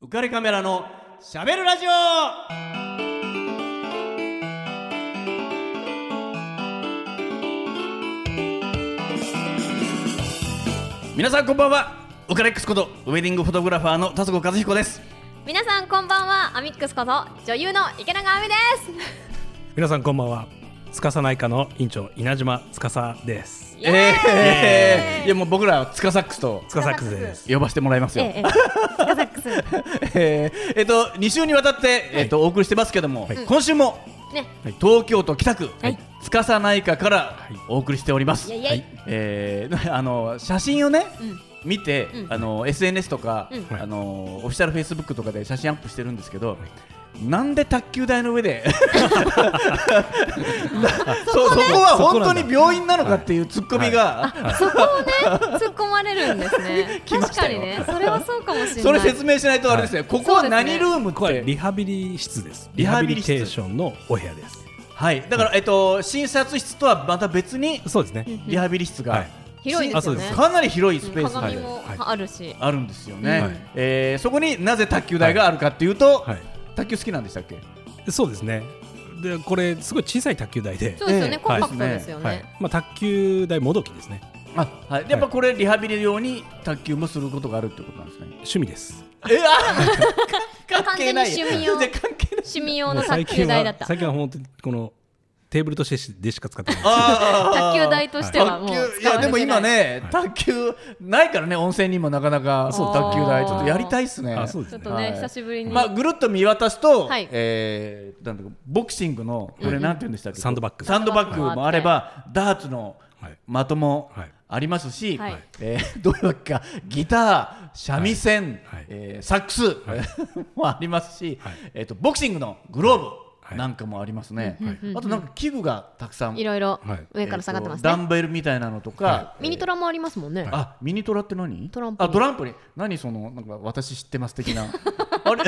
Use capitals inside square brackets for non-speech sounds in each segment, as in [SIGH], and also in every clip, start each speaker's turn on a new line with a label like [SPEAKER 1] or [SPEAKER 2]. [SPEAKER 1] 浮かれカメラのしゃべるラジオ
[SPEAKER 2] 皆さんこんばんはウカレックスことウェディングフォトグラファーの田底和彦です
[SPEAKER 3] 皆さんこんばんはアミックスこと女優の池永亜美で
[SPEAKER 4] 皆さんこんばんは司内科の院長稲島司です
[SPEAKER 3] すイエーイ
[SPEAKER 2] ええ
[SPEAKER 3] イエー
[SPEAKER 2] ー、
[SPEAKER 3] イ
[SPEAKER 2] いやもう僕らはツカサックスと
[SPEAKER 4] 司サックスです
[SPEAKER 2] 呼ばせてもらいますよ、
[SPEAKER 3] ええええ
[SPEAKER 2] えーえっと2週にわたって、えっとお送りしてますけども、今週も、
[SPEAKER 3] ね
[SPEAKER 2] 東京都北区、
[SPEAKER 3] はい
[SPEAKER 2] 司内科から
[SPEAKER 4] い
[SPEAKER 2] お送りしております、
[SPEAKER 3] イエイイエイ
[SPEAKER 2] はいえー [LAUGHS] あの写真をね、
[SPEAKER 3] ん
[SPEAKER 2] 見て、
[SPEAKER 3] うん
[SPEAKER 2] あの SNS とか、
[SPEAKER 3] うん
[SPEAKER 2] あのオフィシャルフェイスブックとかで写真アップしてるんですけど、なんで卓球台の上で [LAUGHS] なそうそこは本当に病院なのかっていうツッコミが、
[SPEAKER 3] そこ
[SPEAKER 2] [LAUGHS]
[SPEAKER 3] をね突っ込まれるんですね
[SPEAKER 2] 来ま
[SPEAKER 3] 確
[SPEAKER 2] し
[SPEAKER 3] か
[SPEAKER 2] たよ
[SPEAKER 3] にねそれはそうかもしれない
[SPEAKER 2] それ説明しないとあれですね、ここは何
[SPEAKER 3] そうですね
[SPEAKER 2] ルームって、
[SPEAKER 4] これリハビリ室です
[SPEAKER 2] リ
[SPEAKER 4] リ
[SPEAKER 2] ハ
[SPEAKER 4] ハ
[SPEAKER 2] ビ
[SPEAKER 4] ビ
[SPEAKER 2] リ
[SPEAKER 4] リ
[SPEAKER 2] 室
[SPEAKER 4] テーションのお部屋です
[SPEAKER 2] はい、だから、えっと、診察室とはまた別に
[SPEAKER 4] そうですね
[SPEAKER 2] リハビリ室が、
[SPEAKER 4] はい
[SPEAKER 3] 広いですよね
[SPEAKER 4] あそうです
[SPEAKER 2] かなり広いス
[SPEAKER 3] うん
[SPEAKER 2] ペース
[SPEAKER 3] 鏡
[SPEAKER 2] が
[SPEAKER 3] も
[SPEAKER 4] はい
[SPEAKER 3] あるし
[SPEAKER 2] あるんですよね、
[SPEAKER 4] はい
[SPEAKER 2] えーそこになぜ卓球台があるかっていうと、
[SPEAKER 4] はい
[SPEAKER 2] 卓球好きなんでしたっけ
[SPEAKER 4] そうですねでこれすごい小さい卓球台で
[SPEAKER 3] そうですよ
[SPEAKER 2] ええ
[SPEAKER 3] ねコンパクトですよ
[SPEAKER 4] はい
[SPEAKER 3] ね
[SPEAKER 4] まあ卓球台もどきですね
[SPEAKER 2] あ、はい、やっぱこれリハビリ用に卓球もすることがあるってことなんですね
[SPEAKER 4] 趣味です
[SPEAKER 2] えあ関
[SPEAKER 3] [LAUGHS] 完
[SPEAKER 2] 係
[SPEAKER 3] 全に
[SPEAKER 2] ない
[SPEAKER 3] 趣味
[SPEAKER 4] [LAUGHS]
[SPEAKER 3] 用
[SPEAKER 2] 全然関係ない
[SPEAKER 3] 趣味用
[SPEAKER 4] も
[SPEAKER 3] の
[SPEAKER 4] う
[SPEAKER 3] 卓
[SPEAKER 4] 最
[SPEAKER 3] 球
[SPEAKER 4] 近
[SPEAKER 3] 台だっ
[SPEAKER 4] は
[SPEAKER 3] た
[SPEAKER 4] 最近は本当にこのテーブルとしてしでしか使ってない
[SPEAKER 2] あー
[SPEAKER 3] 卓球台としてはもう
[SPEAKER 2] 卓
[SPEAKER 3] 使われ
[SPEAKER 2] 球
[SPEAKER 3] て
[SPEAKER 2] いやでも今ね、
[SPEAKER 4] はい
[SPEAKER 2] 卓球ないからね温泉にもなかなか
[SPEAKER 3] そう
[SPEAKER 2] 卓球台
[SPEAKER 3] あー
[SPEAKER 2] ちょっとやりたいっすね
[SPEAKER 4] あそうで
[SPEAKER 3] ちょ
[SPEAKER 4] す
[SPEAKER 3] っ
[SPEAKER 4] ね
[SPEAKER 3] と
[SPEAKER 2] はい
[SPEAKER 3] ね久しぶりに
[SPEAKER 2] まあ、ぐるっと見渡すと、
[SPEAKER 3] はい
[SPEAKER 2] えーなんだかボクシングのこれなんて言うんでしたっけ、
[SPEAKER 4] サンドバッグ
[SPEAKER 2] サンドバッグもあればダーツの
[SPEAKER 4] はい
[SPEAKER 2] 的も
[SPEAKER 4] はい
[SPEAKER 2] ありますし、
[SPEAKER 3] はい
[SPEAKER 2] えー [LAUGHS] どういうわけかギター三味線、
[SPEAKER 4] はいはい
[SPEAKER 2] えーサックス、 [LAUGHS] もありますし、
[SPEAKER 4] はい
[SPEAKER 2] えー、とボクシングのグロー
[SPEAKER 4] は
[SPEAKER 2] ブ
[SPEAKER 4] い
[SPEAKER 2] なんかもありますね、
[SPEAKER 4] はい
[SPEAKER 2] あとなんか器具がたくさん
[SPEAKER 3] いろいろ
[SPEAKER 4] はい
[SPEAKER 3] 上から下がってます
[SPEAKER 2] えーとダ
[SPEAKER 3] ね
[SPEAKER 2] ンベルみたいなのとか、
[SPEAKER 4] は
[SPEAKER 3] ミニトラもありますもんね
[SPEAKER 2] あミニトラって何
[SPEAKER 3] トランポリン
[SPEAKER 2] あトランポリン何そのなんか私知ってます的
[SPEAKER 3] [LAUGHS]
[SPEAKER 2] なあれ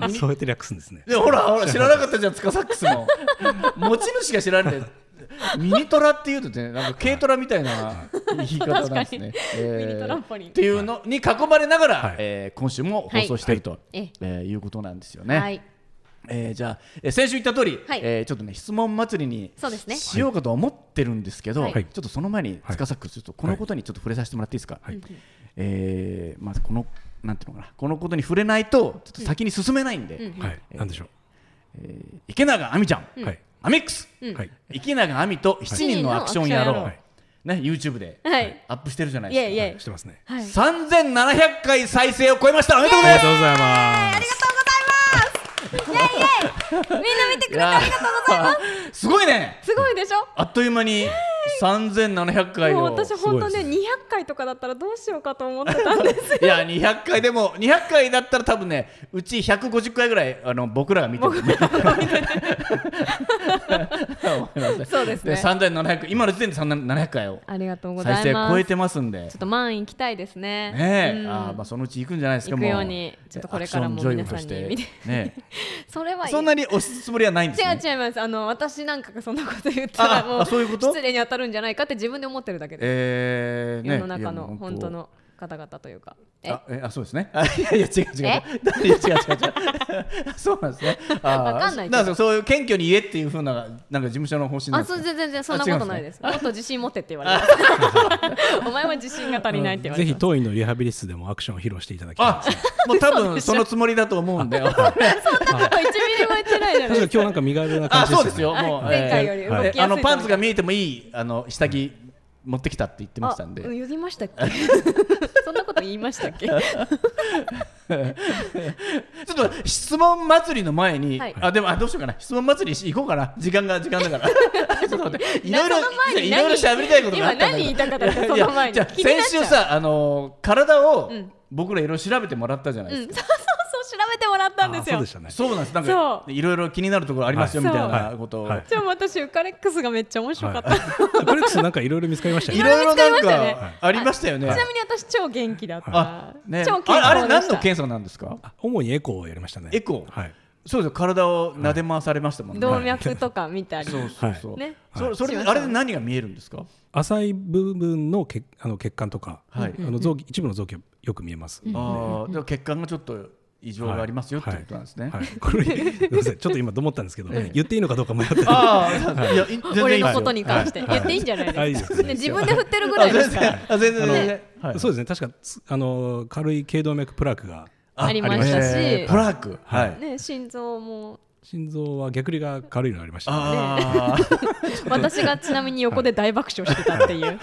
[SPEAKER 4] あそうやって略すんですね
[SPEAKER 2] でほらほら知らなかったじゃんツカサックスも持ち主が知らないミニトラっていうとねなんか軽トラみたいな言い方なんですね、え
[SPEAKER 3] ミニトランポリン
[SPEAKER 2] っていうのに囲まれながら、
[SPEAKER 4] はい
[SPEAKER 2] えー今週も放送していると、
[SPEAKER 3] いはい
[SPEAKER 2] えーいうことなんですよね、
[SPEAKER 3] はい
[SPEAKER 2] えーじゃあ、えー先週言った通り、
[SPEAKER 3] はい
[SPEAKER 2] えーちょっとね質問祭りに
[SPEAKER 3] そうですね
[SPEAKER 2] しようかと思ってるんですけど、
[SPEAKER 3] はい
[SPEAKER 2] ちょっとその前に
[SPEAKER 4] はい
[SPEAKER 2] 塚作ちょっとこのことにちょっと触れさせてもらっていいですか、
[SPEAKER 4] はい
[SPEAKER 2] えーまずこのなんていうのかなこのことに触れないとちょっと先に進めないんで、
[SPEAKER 4] はいなんでしょ
[SPEAKER 2] 池永亜美ちゃん、
[SPEAKER 4] うはい
[SPEAKER 2] アミックス、
[SPEAKER 4] はい
[SPEAKER 2] 池永亜美と7人のアクションやろう、
[SPEAKER 4] はい
[SPEAKER 2] ね、YouTube で、
[SPEAKER 3] はい
[SPEAKER 2] アップしてるじゃない
[SPEAKER 3] イエ
[SPEAKER 2] です
[SPEAKER 3] イイ
[SPEAKER 2] か。
[SPEAKER 3] エイ
[SPEAKER 4] してますね
[SPEAKER 3] はい
[SPEAKER 2] 3700回再生を超えましたおめでとうご
[SPEAKER 4] あ
[SPEAKER 2] ざ
[SPEAKER 4] り
[SPEAKER 2] いま
[SPEAKER 4] が
[SPEAKER 2] す
[SPEAKER 4] とうございます
[SPEAKER 3] みんな見てく
[SPEAKER 2] い
[SPEAKER 3] れてありがとうございます
[SPEAKER 2] やーすごいね
[SPEAKER 3] すごいでしょ
[SPEAKER 2] あっという間に3700回
[SPEAKER 3] も
[SPEAKER 2] を
[SPEAKER 3] う私本当ね
[SPEAKER 4] すご
[SPEAKER 3] 200
[SPEAKER 4] い
[SPEAKER 3] 回とかだったらどうしようかと思ってた
[SPEAKER 2] [LAUGHS]
[SPEAKER 3] んです
[SPEAKER 2] いや200回でも200回だったら多分ねうち150回ぐらいあの僕らが見てる [LAUGHS] 思います
[SPEAKER 3] そうですね
[SPEAKER 2] で3700今の時点で3700回を
[SPEAKER 3] ありがとうござ
[SPEAKER 2] 再
[SPEAKER 3] い
[SPEAKER 2] 生
[SPEAKER 3] ます
[SPEAKER 2] 超えてますんで
[SPEAKER 3] ちょっと満員行きたいですね
[SPEAKER 2] ねえ、
[SPEAKER 3] うん
[SPEAKER 2] あーまあそのうち行くんじゃないですか
[SPEAKER 3] 行
[SPEAKER 2] も
[SPEAKER 3] くようにちょっとこれからも
[SPEAKER 2] アクション女優
[SPEAKER 3] 皆さんに
[SPEAKER 2] として
[SPEAKER 3] 見て
[SPEAKER 2] ねえ
[SPEAKER 3] そ [LAUGHS] れはいい
[SPEAKER 2] そんなに押すつもりはないんです
[SPEAKER 3] 違う
[SPEAKER 2] ね
[SPEAKER 3] 違いますあの私なんかがそんなこと言ったら
[SPEAKER 2] あ
[SPEAKER 3] も
[SPEAKER 2] あそういうこと
[SPEAKER 3] 失礼に当たるんじゃないかって自分で思ってるだけです、
[SPEAKER 2] えーね
[SPEAKER 3] 世の中
[SPEAKER 2] い
[SPEAKER 3] の
[SPEAKER 2] や
[SPEAKER 3] 本当の方々というかえ
[SPEAKER 2] あ、え、あ、そうですね。 [LAUGHS] あ、いやいや、違う、違う、違う、いや違う、違う、違う。 [LAUGHS] そうなんですね。あー
[SPEAKER 3] わかんないけど
[SPEAKER 2] なんかそういう謙虚に言えっていう風な、なんか事務所の方針なん
[SPEAKER 3] あ
[SPEAKER 2] です
[SPEAKER 3] そ
[SPEAKER 2] か
[SPEAKER 3] う全然全然そんなことないですもっと自信持ってって言わ
[SPEAKER 2] [LAUGHS]
[SPEAKER 3] れますお前は自信が足りないって言われ
[SPEAKER 4] ぜ
[SPEAKER 3] ま [LAUGHS]
[SPEAKER 4] ひ
[SPEAKER 3] す
[SPEAKER 4] 当院のリハビリ室でもアクションを披露していただきたい
[SPEAKER 2] あ
[SPEAKER 4] ですね、
[SPEAKER 2] もう多分そのつもりだと思
[SPEAKER 3] [LAUGHS]
[SPEAKER 2] うんで。
[SPEAKER 3] そんなこと1ミリも言ってないじゃない
[SPEAKER 4] 確か
[SPEAKER 3] で
[SPEAKER 4] に今日なんか身軽な
[SPEAKER 2] あ、
[SPEAKER 4] 感じで
[SPEAKER 2] そう
[SPEAKER 4] す
[SPEAKER 2] で
[SPEAKER 4] ね
[SPEAKER 2] すよ。もう、
[SPEAKER 3] はい前回より
[SPEAKER 2] えー
[SPEAKER 3] 動きやすいと思います
[SPEAKER 2] あの、パンツが見えてもいい、あの、下着持ってきたって言ってましたん
[SPEAKER 3] あう
[SPEAKER 2] で。
[SPEAKER 3] 言いましたっ
[SPEAKER 2] [LAUGHS]
[SPEAKER 3] けそんなこと言いましたっけ
[SPEAKER 2] ちょっと質問祭りの前に、
[SPEAKER 3] はい
[SPEAKER 2] あ、でも、あ、どうしようかな。質問祭りし行こうかな。時間が、時間だ
[SPEAKER 3] [LAUGHS]
[SPEAKER 2] から。ちょっと待って、いろいろ
[SPEAKER 3] その、前
[SPEAKER 2] い
[SPEAKER 3] に
[SPEAKER 2] やいろいろ喋りたいことがあ
[SPEAKER 3] 今
[SPEAKER 2] ったんだ
[SPEAKER 3] 何
[SPEAKER 2] けど
[SPEAKER 3] 言いたかったかそ
[SPEAKER 2] いや
[SPEAKER 3] の前に
[SPEAKER 2] じゃあ
[SPEAKER 3] 気にな
[SPEAKER 2] 先
[SPEAKER 3] っちゃ
[SPEAKER 2] 週
[SPEAKER 3] う
[SPEAKER 2] さあのー体を
[SPEAKER 3] ん
[SPEAKER 2] 僕らいろいろ調べてもらったじゃない
[SPEAKER 3] うん、
[SPEAKER 2] で
[SPEAKER 3] そう
[SPEAKER 2] す
[SPEAKER 3] そう
[SPEAKER 2] か、
[SPEAKER 3] そう調べてもらったんです
[SPEAKER 4] あそう
[SPEAKER 3] よ
[SPEAKER 4] でしたね
[SPEAKER 2] そうなんですなんか
[SPEAKER 3] そ
[SPEAKER 2] いろいろ気になるところありますよみ
[SPEAKER 3] はい
[SPEAKER 2] たい
[SPEAKER 4] は
[SPEAKER 2] ないことを、
[SPEAKER 4] はいい、
[SPEAKER 3] でも私ウカレックスがめっちゃ面白かった、ち
[SPEAKER 4] はいコレックスなんかいろいろ見つかりましたよね
[SPEAKER 2] ろいろなん
[SPEAKER 3] いろいろ使いましたよ
[SPEAKER 2] か
[SPEAKER 3] ね
[SPEAKER 2] ありましたよね、
[SPEAKER 3] なみに私超元気だった、
[SPEAKER 2] あね
[SPEAKER 3] 超健
[SPEAKER 2] ああれ
[SPEAKER 3] 康で
[SPEAKER 2] 何
[SPEAKER 3] し
[SPEAKER 2] の
[SPEAKER 3] た
[SPEAKER 2] 検査なんですか
[SPEAKER 4] 主にエコーをやりましたね
[SPEAKER 2] エコー
[SPEAKER 4] はい
[SPEAKER 2] そうですよ体を撫で回されましたもんね、
[SPEAKER 3] 動脈とか見たり、
[SPEAKER 2] そうそうそう、
[SPEAKER 3] はいね
[SPEAKER 2] そそれ
[SPEAKER 3] はい
[SPEAKER 2] あれで何が見えるんですか
[SPEAKER 4] 浅い部分の血あの血管とか、
[SPEAKER 2] はい
[SPEAKER 4] あの臓器一部の臓器はよく見えます、
[SPEAKER 2] ああーだから血管がちょっと異常がありますよってことなんですね。
[SPEAKER 4] はい、これ、すみません、ちょっと今、と思ったんですけど、
[SPEAKER 2] ええ
[SPEAKER 4] 言っていいのかどうか迷ってた。
[SPEAKER 2] ああ、いや、い全
[SPEAKER 3] 俺
[SPEAKER 2] 然いいで
[SPEAKER 3] の
[SPEAKER 2] す
[SPEAKER 3] こ
[SPEAKER 2] よ
[SPEAKER 3] とに関して、言っていいんじゃない
[SPEAKER 4] あいい
[SPEAKER 3] で
[SPEAKER 4] ですす
[SPEAKER 3] か、
[SPEAKER 4] ね
[SPEAKER 3] ね自分で振ってるぐらいですから
[SPEAKER 2] あ全然あ全然全然はい
[SPEAKER 4] そうですね、確かつ、あのー、軽い頸動脈プラークが、
[SPEAKER 3] ありましたし、
[SPEAKER 2] えープラーク。は
[SPEAKER 4] はい
[SPEAKER 2] い。
[SPEAKER 3] ね、心臓も
[SPEAKER 4] 心臓は逆流が軽いのありましたね、
[SPEAKER 2] ああ、
[SPEAKER 3] 私がちなみに横で大爆笑してたっていう、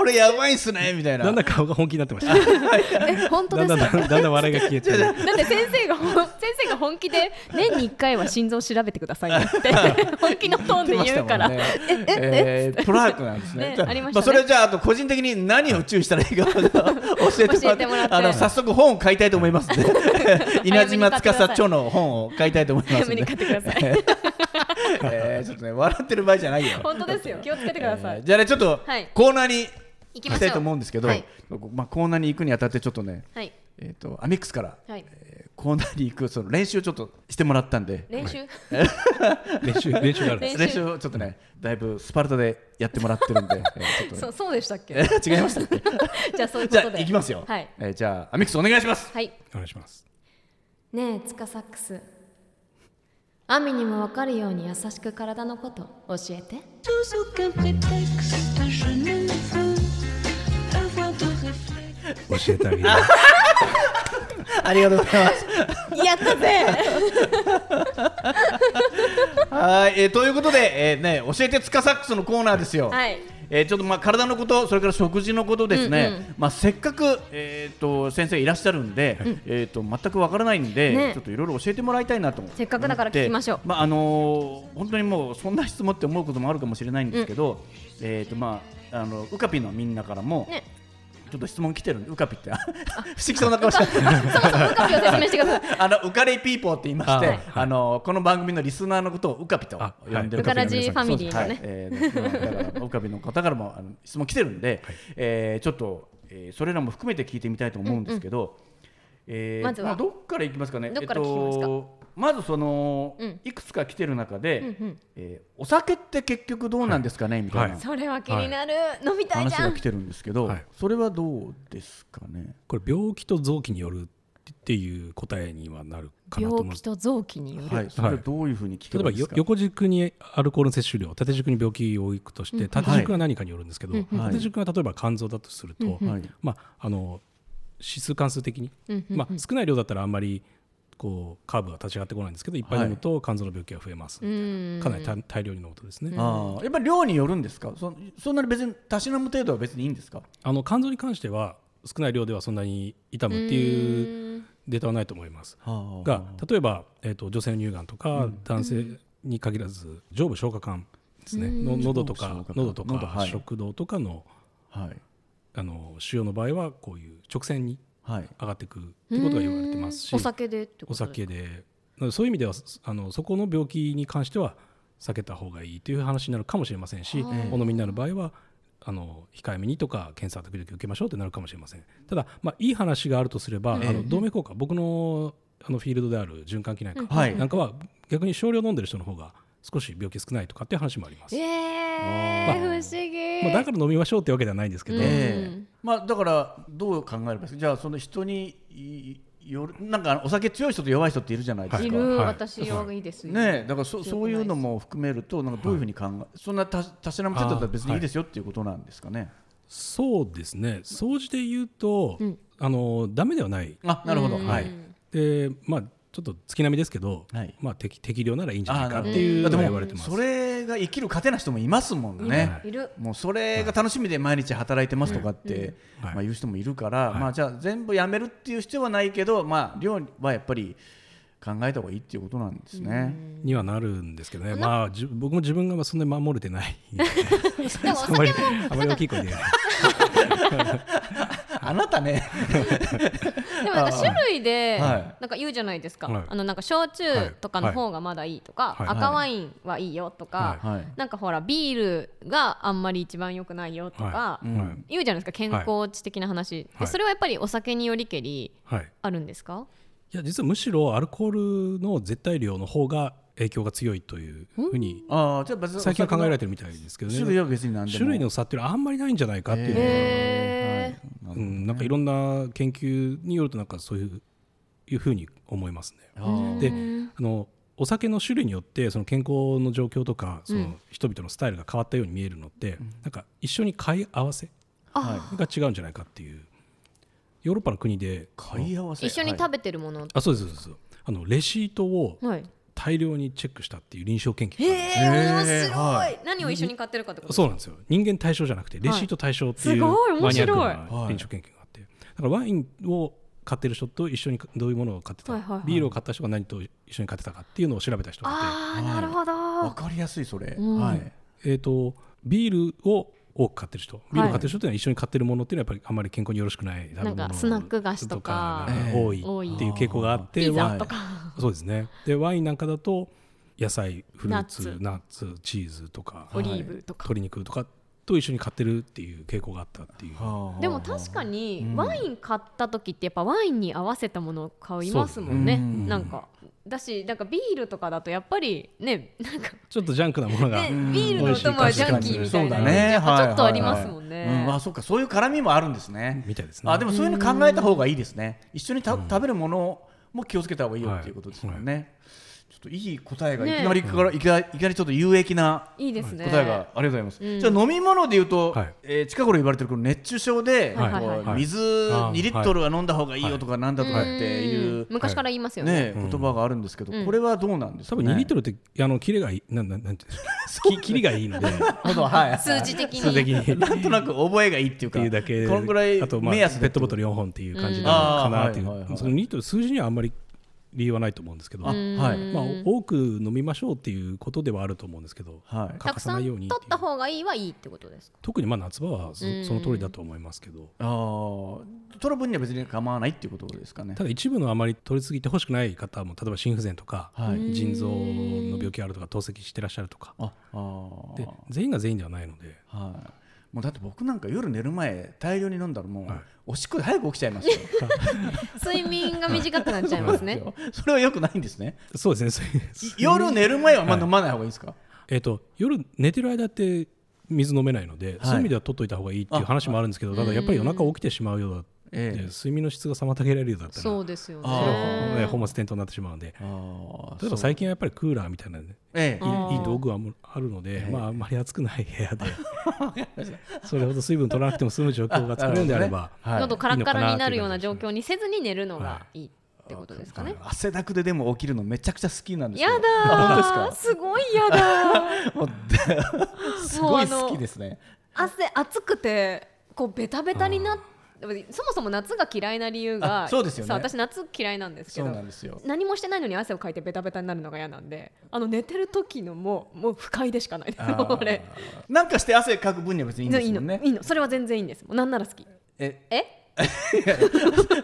[SPEAKER 2] 俺やばいっすねみたいな。
[SPEAKER 4] だんだん顔が本気になってました。だ
[SPEAKER 3] え本当で
[SPEAKER 4] ん
[SPEAKER 3] す
[SPEAKER 4] だん
[SPEAKER 3] か
[SPEAKER 4] だんだんだん笑いが消えて。
[SPEAKER 3] だって先生がほん先生が本気で年に1回は心臓調べてくださいねって本気のトーンで言うから、
[SPEAKER 2] 言ってましたもんね
[SPEAKER 3] えええ
[SPEAKER 2] えープラークなんですね
[SPEAKER 3] ね。ありました
[SPEAKER 2] あ
[SPEAKER 3] ね
[SPEAKER 2] それじゃああと個人的に何を注意したらいいか
[SPEAKER 3] [LAUGHS]
[SPEAKER 2] 教えても
[SPEAKER 3] 教
[SPEAKER 2] ら
[SPEAKER 3] え
[SPEAKER 2] ってて、
[SPEAKER 3] もらって
[SPEAKER 2] あの早速本を買いたいと思いますんで。稲島司著の本を買いたいと思います
[SPEAKER 3] 早
[SPEAKER 2] ん
[SPEAKER 3] めに
[SPEAKER 2] で
[SPEAKER 3] 買っ。てください
[SPEAKER 2] えーちょっとね笑ってる場合じゃないよ。
[SPEAKER 3] 本当ですよ気をつけてください、
[SPEAKER 2] えーじゃあねちょっと
[SPEAKER 3] はい
[SPEAKER 2] コーナーに
[SPEAKER 3] 行き
[SPEAKER 2] 行き
[SPEAKER 3] ましょ
[SPEAKER 2] た
[SPEAKER 3] う
[SPEAKER 2] いと思うんですけど、
[SPEAKER 3] はい
[SPEAKER 2] まあコーナーに行くにあたってちょっとね、
[SPEAKER 3] はい
[SPEAKER 2] えっ、とアミックスから、
[SPEAKER 3] はい
[SPEAKER 2] えーコーナーに行くその練習をちょっとしてもらったんで、
[SPEAKER 3] 練習
[SPEAKER 4] 練習練習があるんで
[SPEAKER 3] 練習
[SPEAKER 4] す。
[SPEAKER 2] 練習をちょっとねだいぶスパルタでやってもらってるん
[SPEAKER 3] [LAUGHS]
[SPEAKER 2] で、えーちょっと
[SPEAKER 3] そ
[SPEAKER 2] ね
[SPEAKER 3] うそうでしたっけ
[SPEAKER 2] 違いました
[SPEAKER 3] [LAUGHS]
[SPEAKER 2] っけ。
[SPEAKER 3] じゃあそういうこ
[SPEAKER 2] じゃ
[SPEAKER 3] とで
[SPEAKER 2] あ行きますよ。
[SPEAKER 3] はい、
[SPEAKER 2] えーじゃあアミックスお願いし
[SPEAKER 3] [LAUGHS]
[SPEAKER 2] ます。
[SPEAKER 3] はい、
[SPEAKER 4] お願いします。
[SPEAKER 3] ねえつかサックスアミにも分かるように優しく体のこと教えて
[SPEAKER 5] Sous aucun prétexte, je ne veux avoir de réflexe.
[SPEAKER 4] 教えてあ
[SPEAKER 3] [LAUGHS]
[SPEAKER 4] げる。
[SPEAKER 2] ありがとうございます。
[SPEAKER 3] やったぜ
[SPEAKER 2] [LAUGHS] はい、えーということで、えーね教えてつかサックスのコーナーですよ。
[SPEAKER 3] はい
[SPEAKER 2] えーちょっとまあ体のことそれから食事のことですね、まあ、せっかく、えー、と先生いらっしゃるんで、えー、と全くわからないんで、
[SPEAKER 3] ね
[SPEAKER 2] ちょっといろいろ教えてもらいたいなと思って
[SPEAKER 3] せっかくだから聞きましょう
[SPEAKER 2] まああのー本当にもうそんな質問って思うこともあるかもしれないんですけど、えーとまあ、あのウカピのみんなからも、
[SPEAKER 3] ね
[SPEAKER 2] ちょっと質問来てるんでウカピって [LAUGHS] 不思議そうな顔して
[SPEAKER 3] そもそも深くを説明してください
[SPEAKER 2] [LAUGHS] あのウカレイピーポーって言いましてあ、
[SPEAKER 4] あはい
[SPEAKER 2] のこの番組のリスナーのことをウカピと
[SPEAKER 4] あ
[SPEAKER 2] 呼んで
[SPEAKER 4] は
[SPEAKER 2] る
[SPEAKER 4] い
[SPEAKER 3] ウカラジーファミリーの
[SPEAKER 2] はい
[SPEAKER 3] ね、
[SPEAKER 2] えー、だから岡部の方からもあの質問来てるんで、えーちょっと、えーそれらも含めて聞いてみたいと思うんですけど、えー
[SPEAKER 3] まずは
[SPEAKER 2] あどっからいきますかね
[SPEAKER 3] どっから聞きます
[SPEAKER 2] え
[SPEAKER 3] か
[SPEAKER 2] っとまずその、
[SPEAKER 3] うん
[SPEAKER 2] いくつか来てる中で、
[SPEAKER 3] うんうん
[SPEAKER 2] えーお酒って結局どうなんですかね、みたいな
[SPEAKER 4] はい
[SPEAKER 3] それは気になる、飲みたい
[SPEAKER 2] 話
[SPEAKER 3] じゃ
[SPEAKER 2] が
[SPEAKER 3] ん
[SPEAKER 2] 来てるんですけど、
[SPEAKER 4] はい
[SPEAKER 2] それはどうですかね
[SPEAKER 4] これ病気と臓器によるっていう答えにはなるかなと思うん
[SPEAKER 3] 病
[SPEAKER 4] で
[SPEAKER 3] 気
[SPEAKER 4] す。
[SPEAKER 3] と臓器による、
[SPEAKER 2] はい、それはどういうふうに聞け
[SPEAKER 4] 例
[SPEAKER 2] ば
[SPEAKER 4] えば
[SPEAKER 2] いいです
[SPEAKER 4] よ
[SPEAKER 2] か、
[SPEAKER 4] 横軸にアルコールの摂取量縦軸に病気をいくとして縦軸は何かによるんですけど、
[SPEAKER 3] はい
[SPEAKER 4] 縦軸が例えば肝臓だとすると、
[SPEAKER 2] はい
[SPEAKER 4] まあ、あの指数関数的に、
[SPEAKER 3] うんうん
[SPEAKER 4] まあ、少ない量だったらあんまりこうカーブは立ち上がってこないんですけどいっぱい飲むと肝臓の病気が増えます、
[SPEAKER 3] うん
[SPEAKER 4] かなり大大量に飲むとですね、
[SPEAKER 2] あーやっぱり量によるんですかそそんなに別にたしなむ程度は別にいいんですか
[SPEAKER 4] あの肝臓に関しては少ない量ではそんなに痛むっていうデータはないと思います。
[SPEAKER 2] が
[SPEAKER 4] が例えば、えー、と女性の乳がんとか、男性に限らず上部消化管ですね、の喉と
[SPEAKER 2] 上部消
[SPEAKER 4] か
[SPEAKER 2] 化管
[SPEAKER 4] 喉とか
[SPEAKER 2] 喉はい
[SPEAKER 4] 食道とかの
[SPEAKER 2] はい
[SPEAKER 4] あの腫瘍の場合はこういう直線に
[SPEAKER 2] はい
[SPEAKER 4] 上がっていくってことが言われてますし
[SPEAKER 3] お酒でって
[SPEAKER 4] お
[SPEAKER 3] こと
[SPEAKER 4] 酒でなのでそういう意味ではそあのそこの病気に関しては避けた方がいいという話になるかもしれませんしお飲みになる場合はあの控えめにとか検査は時々受けましょうってなるかもしれませんただ、まあ、いい話があるとすれば、あの動脈硬化僕のあのフィールドである循環器内科
[SPEAKER 2] はい
[SPEAKER 4] なんかは逆に少量飲んでる人の方が少し病気少ないとかっていう話もあります、
[SPEAKER 3] えー、不思議、
[SPEAKER 4] まあ、だから飲みましょうってわけではないんですけど、
[SPEAKER 2] ええまあだからどう考えればいいですかじゃあその人にいよるなんかお酒強い人と弱い人っているじゃないです
[SPEAKER 3] い
[SPEAKER 2] か、
[SPEAKER 3] る、
[SPEAKER 4] はい
[SPEAKER 3] 私はいいですよ、
[SPEAKER 2] ねえだからそそういうのも含めるとなんかどういうふうに考え、そんなたたしなむ程度だったら別にいいですよっていうことなんですかね
[SPEAKER 4] そうですね総じて言うと、あのダメではない
[SPEAKER 2] あなるほど、はい
[SPEAKER 4] でまあちょっと月並みですけど、
[SPEAKER 2] はい
[SPEAKER 4] まあ、適適量ならいいんじゃない
[SPEAKER 2] あ
[SPEAKER 4] か
[SPEAKER 2] な
[SPEAKER 4] って
[SPEAKER 2] るほど
[SPEAKER 4] いう
[SPEAKER 2] だ
[SPEAKER 4] の
[SPEAKER 2] っても
[SPEAKER 4] が言われてます。
[SPEAKER 2] それが生きる糧な人もいますもんね
[SPEAKER 3] い
[SPEAKER 4] [LAUGHS]
[SPEAKER 3] る
[SPEAKER 2] もうそれが楽しみで毎日働いてますとかって、
[SPEAKER 4] うんはい
[SPEAKER 2] まあ、言う人もいるから、
[SPEAKER 4] はい
[SPEAKER 2] まあ、じゃあ全部やめるっていう必要はないけど、まあ、量はやっぱり考えた方がいいっていうことなんですね。
[SPEAKER 4] にはなるんですけどね、まあ、じゅ僕も自分がそんなに守れてない
[SPEAKER 3] でもお
[SPEAKER 4] あ
[SPEAKER 3] 酒
[SPEAKER 4] まり [LAUGHS] あまり大きい声で言えない
[SPEAKER 2] あなたね、
[SPEAKER 3] でもなんか種類で
[SPEAKER 2] はい
[SPEAKER 3] なんか言うじゃないですか、
[SPEAKER 4] はい
[SPEAKER 3] あのなんか焼酎とかの方がまだいいとか、
[SPEAKER 4] はい
[SPEAKER 3] 赤ワインはいいよとか、
[SPEAKER 4] [LAUGHS] は
[SPEAKER 2] はい
[SPEAKER 3] なんかほらビールがあんまり一番良くないよとか、
[SPEAKER 4] はいうん
[SPEAKER 3] 言うじゃないですか健康知的な話、
[SPEAKER 4] は
[SPEAKER 3] で
[SPEAKER 4] い
[SPEAKER 3] それはやっぱりお酒によりけり
[SPEAKER 4] はい、
[SPEAKER 3] あるんですか、
[SPEAKER 4] いや実はむしろアルコールの絶対量の方が影響が強いというふうに
[SPEAKER 2] [LAUGHS] ああじゃあ別に
[SPEAKER 4] 最近は考えられ
[SPEAKER 2] て
[SPEAKER 4] てるみたいですけどね
[SPEAKER 2] 種類は別に何でも
[SPEAKER 4] 種類の差っていうのはあんまりないんじゃないかっていうのが
[SPEAKER 3] へえ
[SPEAKER 4] うん、なんかいろんな研究によるとなんかそういういうふうに思いますね。
[SPEAKER 2] あ
[SPEAKER 4] であのお酒の種類によってその健康の状況とかその人々のスタイルが変わったように見えるのって、なんか一緒に買い合わせ
[SPEAKER 3] あ
[SPEAKER 4] が違うんじゃないかっていうヨーロッパの国で
[SPEAKER 2] 買い合わせ
[SPEAKER 3] 一緒に食べてるもの
[SPEAKER 4] あそうですそうですそうですあのレシートを
[SPEAKER 3] はい
[SPEAKER 4] 大量にチェックしたっていう臨床研究があるんです
[SPEAKER 3] え
[SPEAKER 2] え
[SPEAKER 3] ー、
[SPEAKER 2] ー
[SPEAKER 3] 面白い、
[SPEAKER 2] は
[SPEAKER 3] 何を一緒に買ってるかってこと
[SPEAKER 4] そうなんですよ人間対象じゃなくてレシート対象っていう
[SPEAKER 3] すごい
[SPEAKER 4] マ
[SPEAKER 3] 面
[SPEAKER 4] ニアッ
[SPEAKER 3] 白い
[SPEAKER 4] クな臨床研究があってだからワインを買ってる人と一緒にどういうものを買ってた
[SPEAKER 3] はいはいはい
[SPEAKER 4] ビールを買った人が何と一緒に買ってたかっていうのを調べた人がいて
[SPEAKER 3] ああなるほど、
[SPEAKER 2] わかりやすいそれ、
[SPEAKER 3] うん
[SPEAKER 2] はい
[SPEAKER 4] えー、とビールを多く買ってる人ビールを買ってる人っていうのは一緒に買ってるものっていうのはやっぱりあんまり健康によろしくない食べ物
[SPEAKER 3] なんかスナック菓子とか
[SPEAKER 4] とが多い
[SPEAKER 3] 多い
[SPEAKER 4] っていう傾向があって
[SPEAKER 3] ピザ
[SPEAKER 4] ワ
[SPEAKER 3] とか、
[SPEAKER 4] インそうですねでワインなんかだと野菜フルーツ
[SPEAKER 3] ナ
[SPEAKER 4] ナ
[SPEAKER 3] ッ
[SPEAKER 4] ッ
[SPEAKER 3] ツ
[SPEAKER 4] ツチーズとか
[SPEAKER 3] オリーブとか、
[SPEAKER 4] 鶏肉とかと一緒に買ってるっていう傾向があったっていう
[SPEAKER 2] はあ
[SPEAKER 3] でも確かに
[SPEAKER 2] うん
[SPEAKER 3] ワイン買った時ってやっぱワインに合わせたものを買いますもんね、
[SPEAKER 2] そうですね
[SPEAKER 3] なんかだしなんかビールとかだとやっぱりね [LAUGHS] なんか
[SPEAKER 4] ちょっとジャンクなものが
[SPEAKER 3] ねビールのお供はジャンキーみたいな
[SPEAKER 2] そうだね
[SPEAKER 3] やっぱちょっと
[SPEAKER 2] は
[SPEAKER 3] あ
[SPEAKER 2] いはい
[SPEAKER 3] り
[SPEAKER 2] はい
[SPEAKER 3] ますもんね、
[SPEAKER 2] うん、あそうかそういう絡みもあるんですね
[SPEAKER 4] みたいですね
[SPEAKER 2] あでもそういうの考えた方がいいですね一緒にた、食べるものも気をつけた方がいいよ
[SPEAKER 4] はい
[SPEAKER 2] っていうことですもんね、ちょっといい答えがい
[SPEAKER 3] ね
[SPEAKER 2] きなりから、いきなりいきなりちょっと有益ない
[SPEAKER 3] いですね
[SPEAKER 2] 答えが、ありがとうございます、
[SPEAKER 3] うん
[SPEAKER 2] じゃあ飲み物で言うと、
[SPEAKER 4] はい
[SPEAKER 2] えー近頃言われてるこの熱中症で、
[SPEAKER 3] はいはいはい
[SPEAKER 2] こう水2リットルは飲んだ方がいいよとかなんだとかっていう、
[SPEAKER 3] うん昔から言いますよね
[SPEAKER 2] ね、言葉があるんですけど、
[SPEAKER 3] うん
[SPEAKER 2] これはどうなんです
[SPEAKER 4] 多
[SPEAKER 2] か、ね、
[SPEAKER 4] 分2リットルってあのキレがいいなんなんなんていうんですかきキリがいい
[SPEAKER 2] [LAUGHS]
[SPEAKER 4] ので
[SPEAKER 2] ほどはい
[SPEAKER 3] 数字的に
[SPEAKER 4] 数的
[SPEAKER 2] [LAUGHS]
[SPEAKER 4] に
[SPEAKER 2] なんとなく覚えがいいっていう
[SPEAKER 4] って
[SPEAKER 2] か
[SPEAKER 4] いうだけで
[SPEAKER 2] このぐらい
[SPEAKER 4] あとまあ
[SPEAKER 2] 目安で
[SPEAKER 4] ペットボトル4本っていう感じなの
[SPEAKER 2] う
[SPEAKER 4] か
[SPEAKER 2] ん
[SPEAKER 4] なってい
[SPEAKER 2] あーはいはいは
[SPEAKER 4] う
[SPEAKER 2] い
[SPEAKER 4] その2リットル数字にはあんまり理由はないと思うんですけど
[SPEAKER 2] あ
[SPEAKER 4] ま
[SPEAKER 2] はい
[SPEAKER 3] うん
[SPEAKER 4] あ多く飲みましょうっていうことではあると思うんですけど
[SPEAKER 2] はい
[SPEAKER 4] 欠
[SPEAKER 3] たくさ
[SPEAKER 4] かさなんいよう
[SPEAKER 3] 取っ
[SPEAKER 4] にっていう
[SPEAKER 3] た方がいいはいいってことですか
[SPEAKER 4] 特にまあ夏場はそ
[SPEAKER 3] うん
[SPEAKER 4] その通りだと思いますけど
[SPEAKER 2] ああトラブルには別に構わないっていうことですかね
[SPEAKER 4] ただ一部のあまり取りすぎてほしくない方も例えば心不全とか
[SPEAKER 2] はい
[SPEAKER 3] うん
[SPEAKER 4] 腎臓の病気があるとか透析してらっしゃるとか
[SPEAKER 2] ああー
[SPEAKER 4] で全員が全員ではないので
[SPEAKER 2] はいもうだって僕なんか夜寝る前大量に飲んだらもう、
[SPEAKER 4] はい
[SPEAKER 2] おしっこで早く起きちゃいますよ
[SPEAKER 3] 睡眠が短くなっちゃいますね
[SPEAKER 2] [LAUGHS] それは良くないんですね
[SPEAKER 4] そうですねそういう
[SPEAKER 2] 夜寝る前はあんま飲まない方がいいですか、
[SPEAKER 4] えっと夜寝てる間って水飲めないので、そういう意味では取っといた方がいいっていう話もあるんですけどただやっぱり夜中起きてしまうようだって、
[SPEAKER 2] ええ
[SPEAKER 4] 睡眠の質が妨げられるようだったら
[SPEAKER 3] そうですよ
[SPEAKER 2] あ
[SPEAKER 4] ね
[SPEAKER 3] ね
[SPEAKER 4] 本末転倒になってしまうので
[SPEAKER 2] ああ
[SPEAKER 4] 例えば最近はやっぱりクーラーみたいなね、
[SPEAKER 2] ええ
[SPEAKER 3] あー
[SPEAKER 4] いいい道具はもうあるので、
[SPEAKER 2] え
[SPEAKER 4] まあ、あんまり暑くない部屋でそれほど水分取らなくても済む状況が作れるんであれば、
[SPEAKER 2] なるほどねはい
[SPEAKER 3] 喉カラッカラになるような状況にせずに寝るのがいいってことですかね、
[SPEAKER 2] 汗だくででも起きるのめちゃくちゃ好きなんです
[SPEAKER 3] や
[SPEAKER 2] よ
[SPEAKER 3] だ
[SPEAKER 2] あ本当
[SPEAKER 3] ー [LAUGHS]
[SPEAKER 2] です
[SPEAKER 3] ごいやだ
[SPEAKER 2] [LAUGHS]
[SPEAKER 3] ー
[SPEAKER 2] かもう [LAUGHS] すごい好きですね
[SPEAKER 3] 汗暑くてこうベタベタになっそもそも夏が嫌いな理由が
[SPEAKER 2] あそうですよね
[SPEAKER 3] さ私夏嫌いなんですけ
[SPEAKER 2] そうな
[SPEAKER 3] ど
[SPEAKER 2] んですよ
[SPEAKER 3] 何もしてないのに汗をかいてベタベタになるのが嫌なんであの寝てる時のもうもう不快でしかないです
[SPEAKER 2] あ
[SPEAKER 3] [LAUGHS]
[SPEAKER 2] ー
[SPEAKER 3] これ
[SPEAKER 2] なんかして汗かく分には別にいいんです
[SPEAKER 3] いい
[SPEAKER 2] よ
[SPEAKER 3] の
[SPEAKER 2] ね
[SPEAKER 3] いいのそれは全然いいんですもうなんなら好き
[SPEAKER 2] え
[SPEAKER 3] え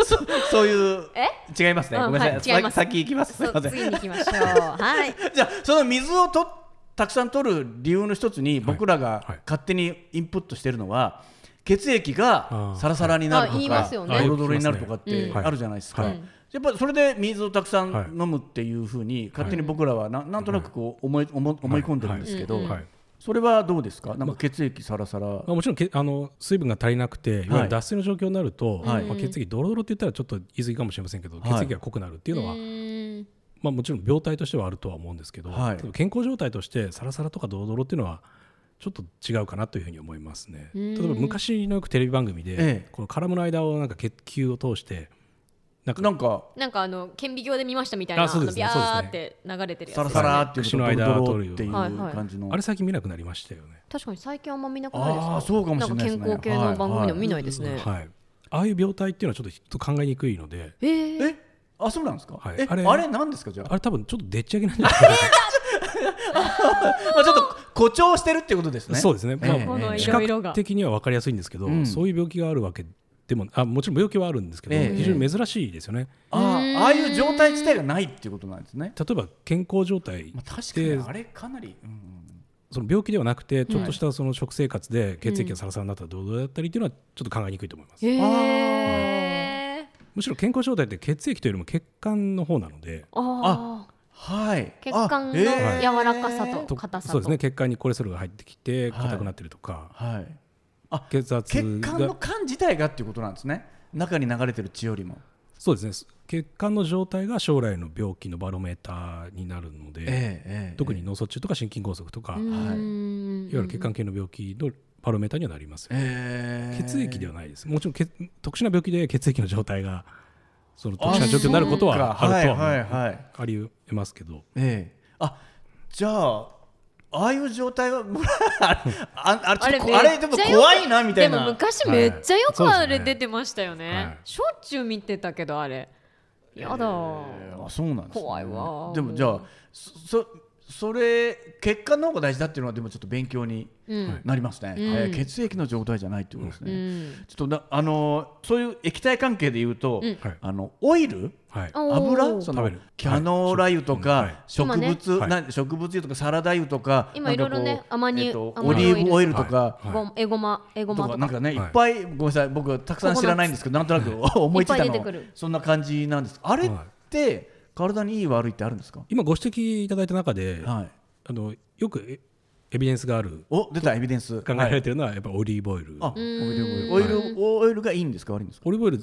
[SPEAKER 2] そ [LAUGHS] そういう
[SPEAKER 3] え
[SPEAKER 2] 違いますね。
[SPEAKER 3] う
[SPEAKER 2] ご
[SPEAKER 3] ん
[SPEAKER 2] めんなさい。さ
[SPEAKER 3] はい違います
[SPEAKER 2] 先行きます。す
[SPEAKER 3] そ
[SPEAKER 2] みま
[SPEAKER 3] う
[SPEAKER 2] せん。
[SPEAKER 3] 次に行きましょうはい
[SPEAKER 2] [LAUGHS] じゃあその水をとたくさん取る理由の一つに僕ら
[SPEAKER 4] はい
[SPEAKER 2] が勝手にインプットしてるのは血液が
[SPEAKER 4] あー
[SPEAKER 2] サラサラになる
[SPEAKER 3] あ言
[SPEAKER 2] と
[SPEAKER 3] いま
[SPEAKER 2] か
[SPEAKER 3] すよ
[SPEAKER 2] ド
[SPEAKER 3] ね
[SPEAKER 2] ロドロになるとかって
[SPEAKER 4] うん
[SPEAKER 2] あるじゃないですか。
[SPEAKER 4] は
[SPEAKER 2] や
[SPEAKER 4] い
[SPEAKER 2] っぱりそれで水をたくさ
[SPEAKER 4] はい
[SPEAKER 2] ん飲むっていうふうに勝手に僕らはななんとなくこう思い思い思い込んでるんですけど
[SPEAKER 4] はいはい
[SPEAKER 2] それはどうですかなんか血液サラサラ
[SPEAKER 4] まあ、もちろんけあの水分が足りなくていわゆる脱水の状況になると、
[SPEAKER 2] はい
[SPEAKER 4] まあ、血液ドロドロって言ったらちょっと言い過ぎかもしれませんけど、
[SPEAKER 2] はい
[SPEAKER 4] 血液が濃くなるっていうのは
[SPEAKER 3] うーん
[SPEAKER 4] まあ、もちろん病態としてはあるとは思うんですけど、
[SPEAKER 2] はい
[SPEAKER 4] ただ健康状態としてサラサラとかドロドロっていうのはちょっと違うかなというふうに思いますね。例えば昔のよくテレビ番組で、
[SPEAKER 2] ええ
[SPEAKER 4] この絡むの間をなんか血球を通してなんか
[SPEAKER 2] なんか
[SPEAKER 3] なんかあの顕微鏡で見ましたみたいな
[SPEAKER 4] あそうですね
[SPEAKER 3] あのビャーっ
[SPEAKER 4] そうで
[SPEAKER 3] て流れてるやつ
[SPEAKER 2] サラサラっていうのと
[SPEAKER 4] 口の
[SPEAKER 2] ド
[SPEAKER 4] 間
[SPEAKER 2] ロ
[SPEAKER 4] を
[SPEAKER 2] ド
[SPEAKER 4] 取る
[SPEAKER 2] ロ
[SPEAKER 4] よ
[SPEAKER 2] っ
[SPEAKER 4] う
[SPEAKER 2] ていう
[SPEAKER 3] な
[SPEAKER 2] 感じの
[SPEAKER 4] あれ最近見なくなりましたよね。
[SPEAKER 3] 確かに最近あんま見なくないですか
[SPEAKER 2] あーそうかもしれないですね
[SPEAKER 3] んか健康系の番組でも見ないですね、
[SPEAKER 4] はい、ああいう病態っていうのはちょっとちょっと考えにくいので
[SPEAKER 3] えー
[SPEAKER 2] えあそうなんですか、
[SPEAKER 4] はい
[SPEAKER 2] えあ
[SPEAKER 4] あ
[SPEAKER 2] れ
[SPEAKER 4] れ
[SPEAKER 2] なんですかじゃあ
[SPEAKER 4] あれ多分ちょっとでっち上げなんじゃないかな
[SPEAKER 2] まあちょっと誇張してるってことですね
[SPEAKER 4] そうですね、まあ
[SPEAKER 2] ええこの
[SPEAKER 3] [LAUGHS]
[SPEAKER 4] 視
[SPEAKER 3] 色々が
[SPEAKER 4] 覚的には分かりやすいんですけど、
[SPEAKER 2] うん
[SPEAKER 4] そういう病気があるわけでもあもちろん病気はあるんですけど、
[SPEAKER 2] ええ
[SPEAKER 4] 非常に珍しいですよね。
[SPEAKER 2] あ
[SPEAKER 3] うーん
[SPEAKER 2] ーああいう状態自体がないっていうことなんですね、
[SPEAKER 4] 例えば健康状態
[SPEAKER 2] まあ、確かに
[SPEAKER 4] で
[SPEAKER 2] あれかなり、うんうん
[SPEAKER 4] その病気ではなくてちょっとしたその食生活で血液がサラサラになったらどうだったりっていうのはちょっと考えにくいと思います、
[SPEAKER 3] へー
[SPEAKER 4] むしろ健康状態って血液というよりも血管の方なので
[SPEAKER 3] あー
[SPEAKER 2] はい
[SPEAKER 3] 血管の
[SPEAKER 2] あえー
[SPEAKER 3] 柔らかさと
[SPEAKER 4] と
[SPEAKER 3] 硬さ
[SPEAKER 4] そうです
[SPEAKER 3] と
[SPEAKER 4] ね血管にコレステロールが入ってきて
[SPEAKER 2] はい
[SPEAKER 4] 硬くなってるとか、
[SPEAKER 2] はいあ
[SPEAKER 4] 血圧が
[SPEAKER 2] 血管の管自体がっていうことなんですね中に流れてる血よりも
[SPEAKER 4] そうですね血管の状態が将来の病気のバロメーターになるので、
[SPEAKER 2] ええ
[SPEAKER 4] 特に脳卒中とか心筋梗塞とか、
[SPEAKER 3] う
[SPEAKER 4] いわ
[SPEAKER 3] ん
[SPEAKER 4] ゆる血管系の病気のバロメーターにはなりますよ、
[SPEAKER 2] ええ
[SPEAKER 4] 血液では
[SPEAKER 2] な
[SPEAKER 4] ないですもちろん血特殊な病気で血液の状態がその特殊な状況になることはあるとは思う
[SPEAKER 2] はいはいはい
[SPEAKER 4] ありえますけど
[SPEAKER 2] ええあじゃあああいう状態はもう [LAUGHS] あああれちょっとこ
[SPEAKER 3] めっ
[SPEAKER 2] あ
[SPEAKER 3] ちゃ
[SPEAKER 2] れでも怖いなみたい
[SPEAKER 3] でも
[SPEAKER 2] な
[SPEAKER 3] 昔めっちゃよく
[SPEAKER 4] はい
[SPEAKER 3] あれ出てましたよね,、
[SPEAKER 4] はい
[SPEAKER 3] しょっちゅう見てたけどあれやだ、
[SPEAKER 2] ええあそうなんです、ね、
[SPEAKER 3] 怖いわ
[SPEAKER 2] でもじゃあそそそれ血管の方が大事だっていうのはでもちょっと勉強に
[SPEAKER 3] うん
[SPEAKER 2] なりますね、
[SPEAKER 3] うん
[SPEAKER 2] えー血液の状態じゃないってことですね、
[SPEAKER 3] うん
[SPEAKER 2] ちょっとなあのーそういう液体関係で言うと、
[SPEAKER 3] うん
[SPEAKER 4] はい
[SPEAKER 2] あのオイル
[SPEAKER 4] はい
[SPEAKER 3] おー
[SPEAKER 2] 油そ
[SPEAKER 4] 食
[SPEAKER 2] の
[SPEAKER 4] べる
[SPEAKER 2] キャノーラ油とか、
[SPEAKER 4] はい
[SPEAKER 2] 植
[SPEAKER 3] 今ね
[SPEAKER 2] 物、
[SPEAKER 4] はい
[SPEAKER 2] なん植物油とかサラダ油とか
[SPEAKER 3] 今いろいろね
[SPEAKER 2] なんかこう
[SPEAKER 3] 甘煮
[SPEAKER 2] えっと
[SPEAKER 3] 甘煮
[SPEAKER 2] オリーブオイルとか、
[SPEAKER 4] はい
[SPEAKER 3] ごエゴマエゴ
[SPEAKER 2] と
[SPEAKER 3] マ
[SPEAKER 2] か
[SPEAKER 3] と
[SPEAKER 2] なん
[SPEAKER 3] か
[SPEAKER 2] かね、
[SPEAKER 4] は
[SPEAKER 2] い、
[SPEAKER 4] い
[SPEAKER 2] っぱいごめんなさい僕たくさん知らないんですけどなんとなく思いついた
[SPEAKER 3] いっ
[SPEAKER 2] の
[SPEAKER 3] ぱい出てくる
[SPEAKER 2] そんな感じなんですあれって、体にいい悪いってあるんですか、
[SPEAKER 4] 今ご指摘いただいた中で、
[SPEAKER 2] はい、
[SPEAKER 4] あのよくエエビデンスがある
[SPEAKER 2] お出たエビデンス
[SPEAKER 4] 考えられてるのはやっぱオリーブオイル、
[SPEAKER 2] あ
[SPEAKER 3] ん
[SPEAKER 2] オイルオイルオイルがいいんですか悪いんですか
[SPEAKER 4] オリーブオイル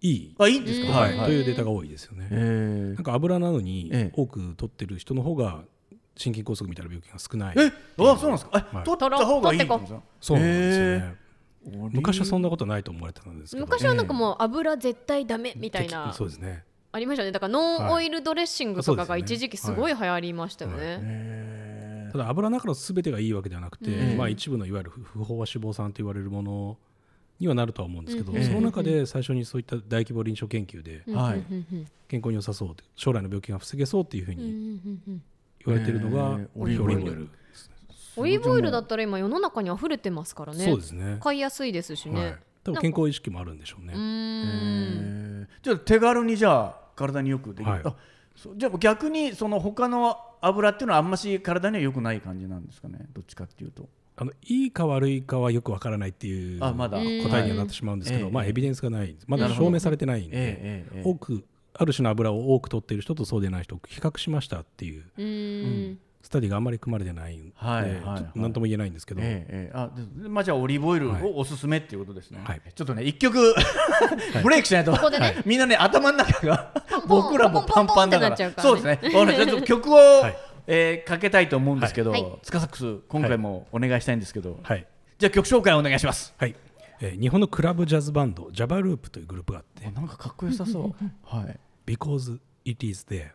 [SPEAKER 4] いい、
[SPEAKER 2] あいいんですか
[SPEAKER 4] はいというデータが多いですよね、
[SPEAKER 2] え
[SPEAKER 4] なんか油なのに
[SPEAKER 2] ええ
[SPEAKER 4] 多く取ってる人の方が心筋梗塞みたいな病気が少ない
[SPEAKER 2] えあそうなんですかえ、
[SPEAKER 4] はい
[SPEAKER 2] 取った方がいいってことですか
[SPEAKER 4] そうなんですよね、
[SPEAKER 2] へー
[SPEAKER 4] 昔はそんなことないと思われてたんですけど
[SPEAKER 3] 昔はなんかもう油絶対ダメみたいな、
[SPEAKER 4] そうですね
[SPEAKER 3] ありましたよねだからノンオイルドレッシングとかが
[SPEAKER 4] はいそうで
[SPEAKER 3] 一
[SPEAKER 4] すよね
[SPEAKER 3] 時期すごい流行りましたよね、
[SPEAKER 4] ただ油の中の全てがいいわけではなくて、まあ、一部のいわゆる不不飽和脂肪酸と言われるものにはなるとは思うんですけど、
[SPEAKER 2] ん
[SPEAKER 4] その中で最初にそういった大規模臨床研究で
[SPEAKER 2] はい
[SPEAKER 4] 健康に良さそうって将来の病気が防げそうっていうふう
[SPEAKER 3] うんう
[SPEAKER 4] に
[SPEAKER 3] んうんうん
[SPEAKER 4] 言われてるのが、
[SPEAKER 2] えーオリーブオイル
[SPEAKER 4] ですね
[SPEAKER 3] オリーブオイルだったら今世の中に溢れてますからね
[SPEAKER 4] そうですね
[SPEAKER 3] 買いやすいですしね、
[SPEAKER 4] はい、多分健康意識もあるんでしょうね
[SPEAKER 3] うー
[SPEAKER 2] えー
[SPEAKER 3] ん
[SPEAKER 2] じゃあ手軽にじゃあ体によくできる、
[SPEAKER 4] はい
[SPEAKER 2] あそうじゃあ逆にその他の油っていうのはあんまし体には良くない感じなんですかねどっちかっていうと
[SPEAKER 4] あのいいか悪いかはよくわからないっていう
[SPEAKER 2] あまだ
[SPEAKER 4] 答えにはなってしまうんですけど、
[SPEAKER 2] うん
[SPEAKER 4] まあ、
[SPEAKER 2] ええ
[SPEAKER 4] エビデンスがないま
[SPEAKER 2] な
[SPEAKER 4] だ
[SPEAKER 2] るほど
[SPEAKER 4] 証明されてないんで、
[SPEAKER 2] ええええええ
[SPEAKER 4] 多くある種の油を多く取っている人とそうでない人を比較しましたっていう
[SPEAKER 3] うーん
[SPEAKER 4] スタディがあんまり組まれてないんで、
[SPEAKER 2] はいはいはい
[SPEAKER 4] ちょっと何とも言えないんですけど、
[SPEAKER 2] ええええあでまあじゃあオリーブオイル
[SPEAKER 4] はい
[SPEAKER 2] をおすすめっていうことですね、
[SPEAKER 4] はい
[SPEAKER 2] ちょっとね一曲ブレイクしないと、
[SPEAKER 3] ここでね
[SPEAKER 2] はい [LAUGHS] みんなね頭の中が
[SPEAKER 3] ポン
[SPEAKER 2] 僕らもパンパンだから
[SPEAKER 3] ポンポンってなっちゃうからね
[SPEAKER 2] そうですねわ
[SPEAKER 3] [LAUGHS]
[SPEAKER 2] かりましたちょっと曲を、
[SPEAKER 4] い
[SPEAKER 2] えーかけたいと思うんですけど、
[SPEAKER 3] はいはい
[SPEAKER 2] スカサックス今回もお願いしたいんですけど、
[SPEAKER 4] はい
[SPEAKER 2] じゃあ曲紹介お願いします
[SPEAKER 4] はいえー日本のクラブジャズバンドジャバループというグループがあって
[SPEAKER 2] なんかかっこよさそうはい
[SPEAKER 4] Because It Is There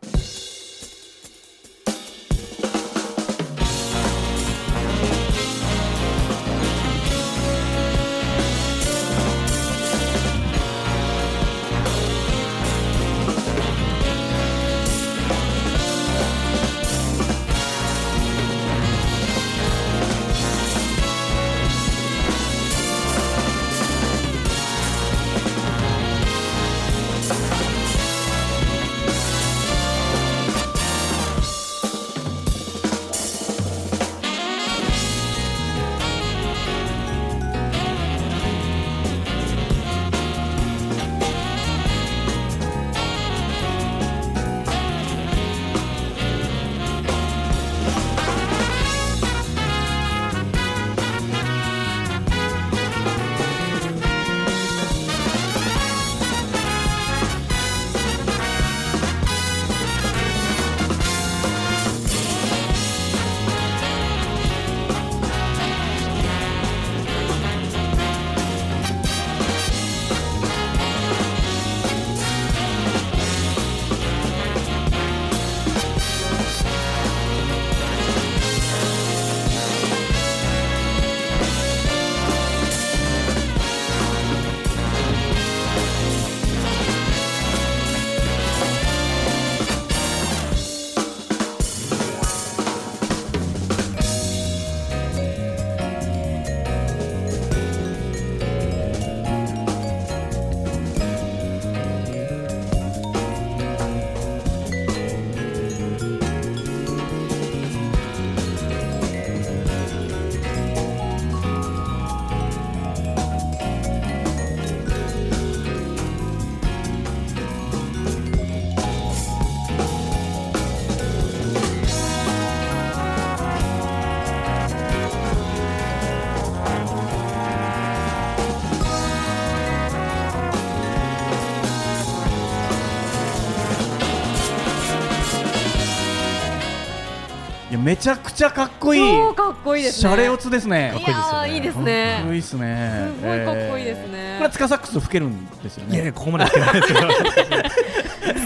[SPEAKER 6] 「
[SPEAKER 2] めちゃくちゃかっこいい
[SPEAKER 3] 超かっこいいですね
[SPEAKER 2] シャレオツですね
[SPEAKER 3] いやーいいですね
[SPEAKER 2] かっこいいですね
[SPEAKER 3] すごいかっこいいですね
[SPEAKER 2] えーこれはツカサックス吹けるんですよ
[SPEAKER 4] いやい
[SPEAKER 2] ね
[SPEAKER 4] やここまで来てないですよ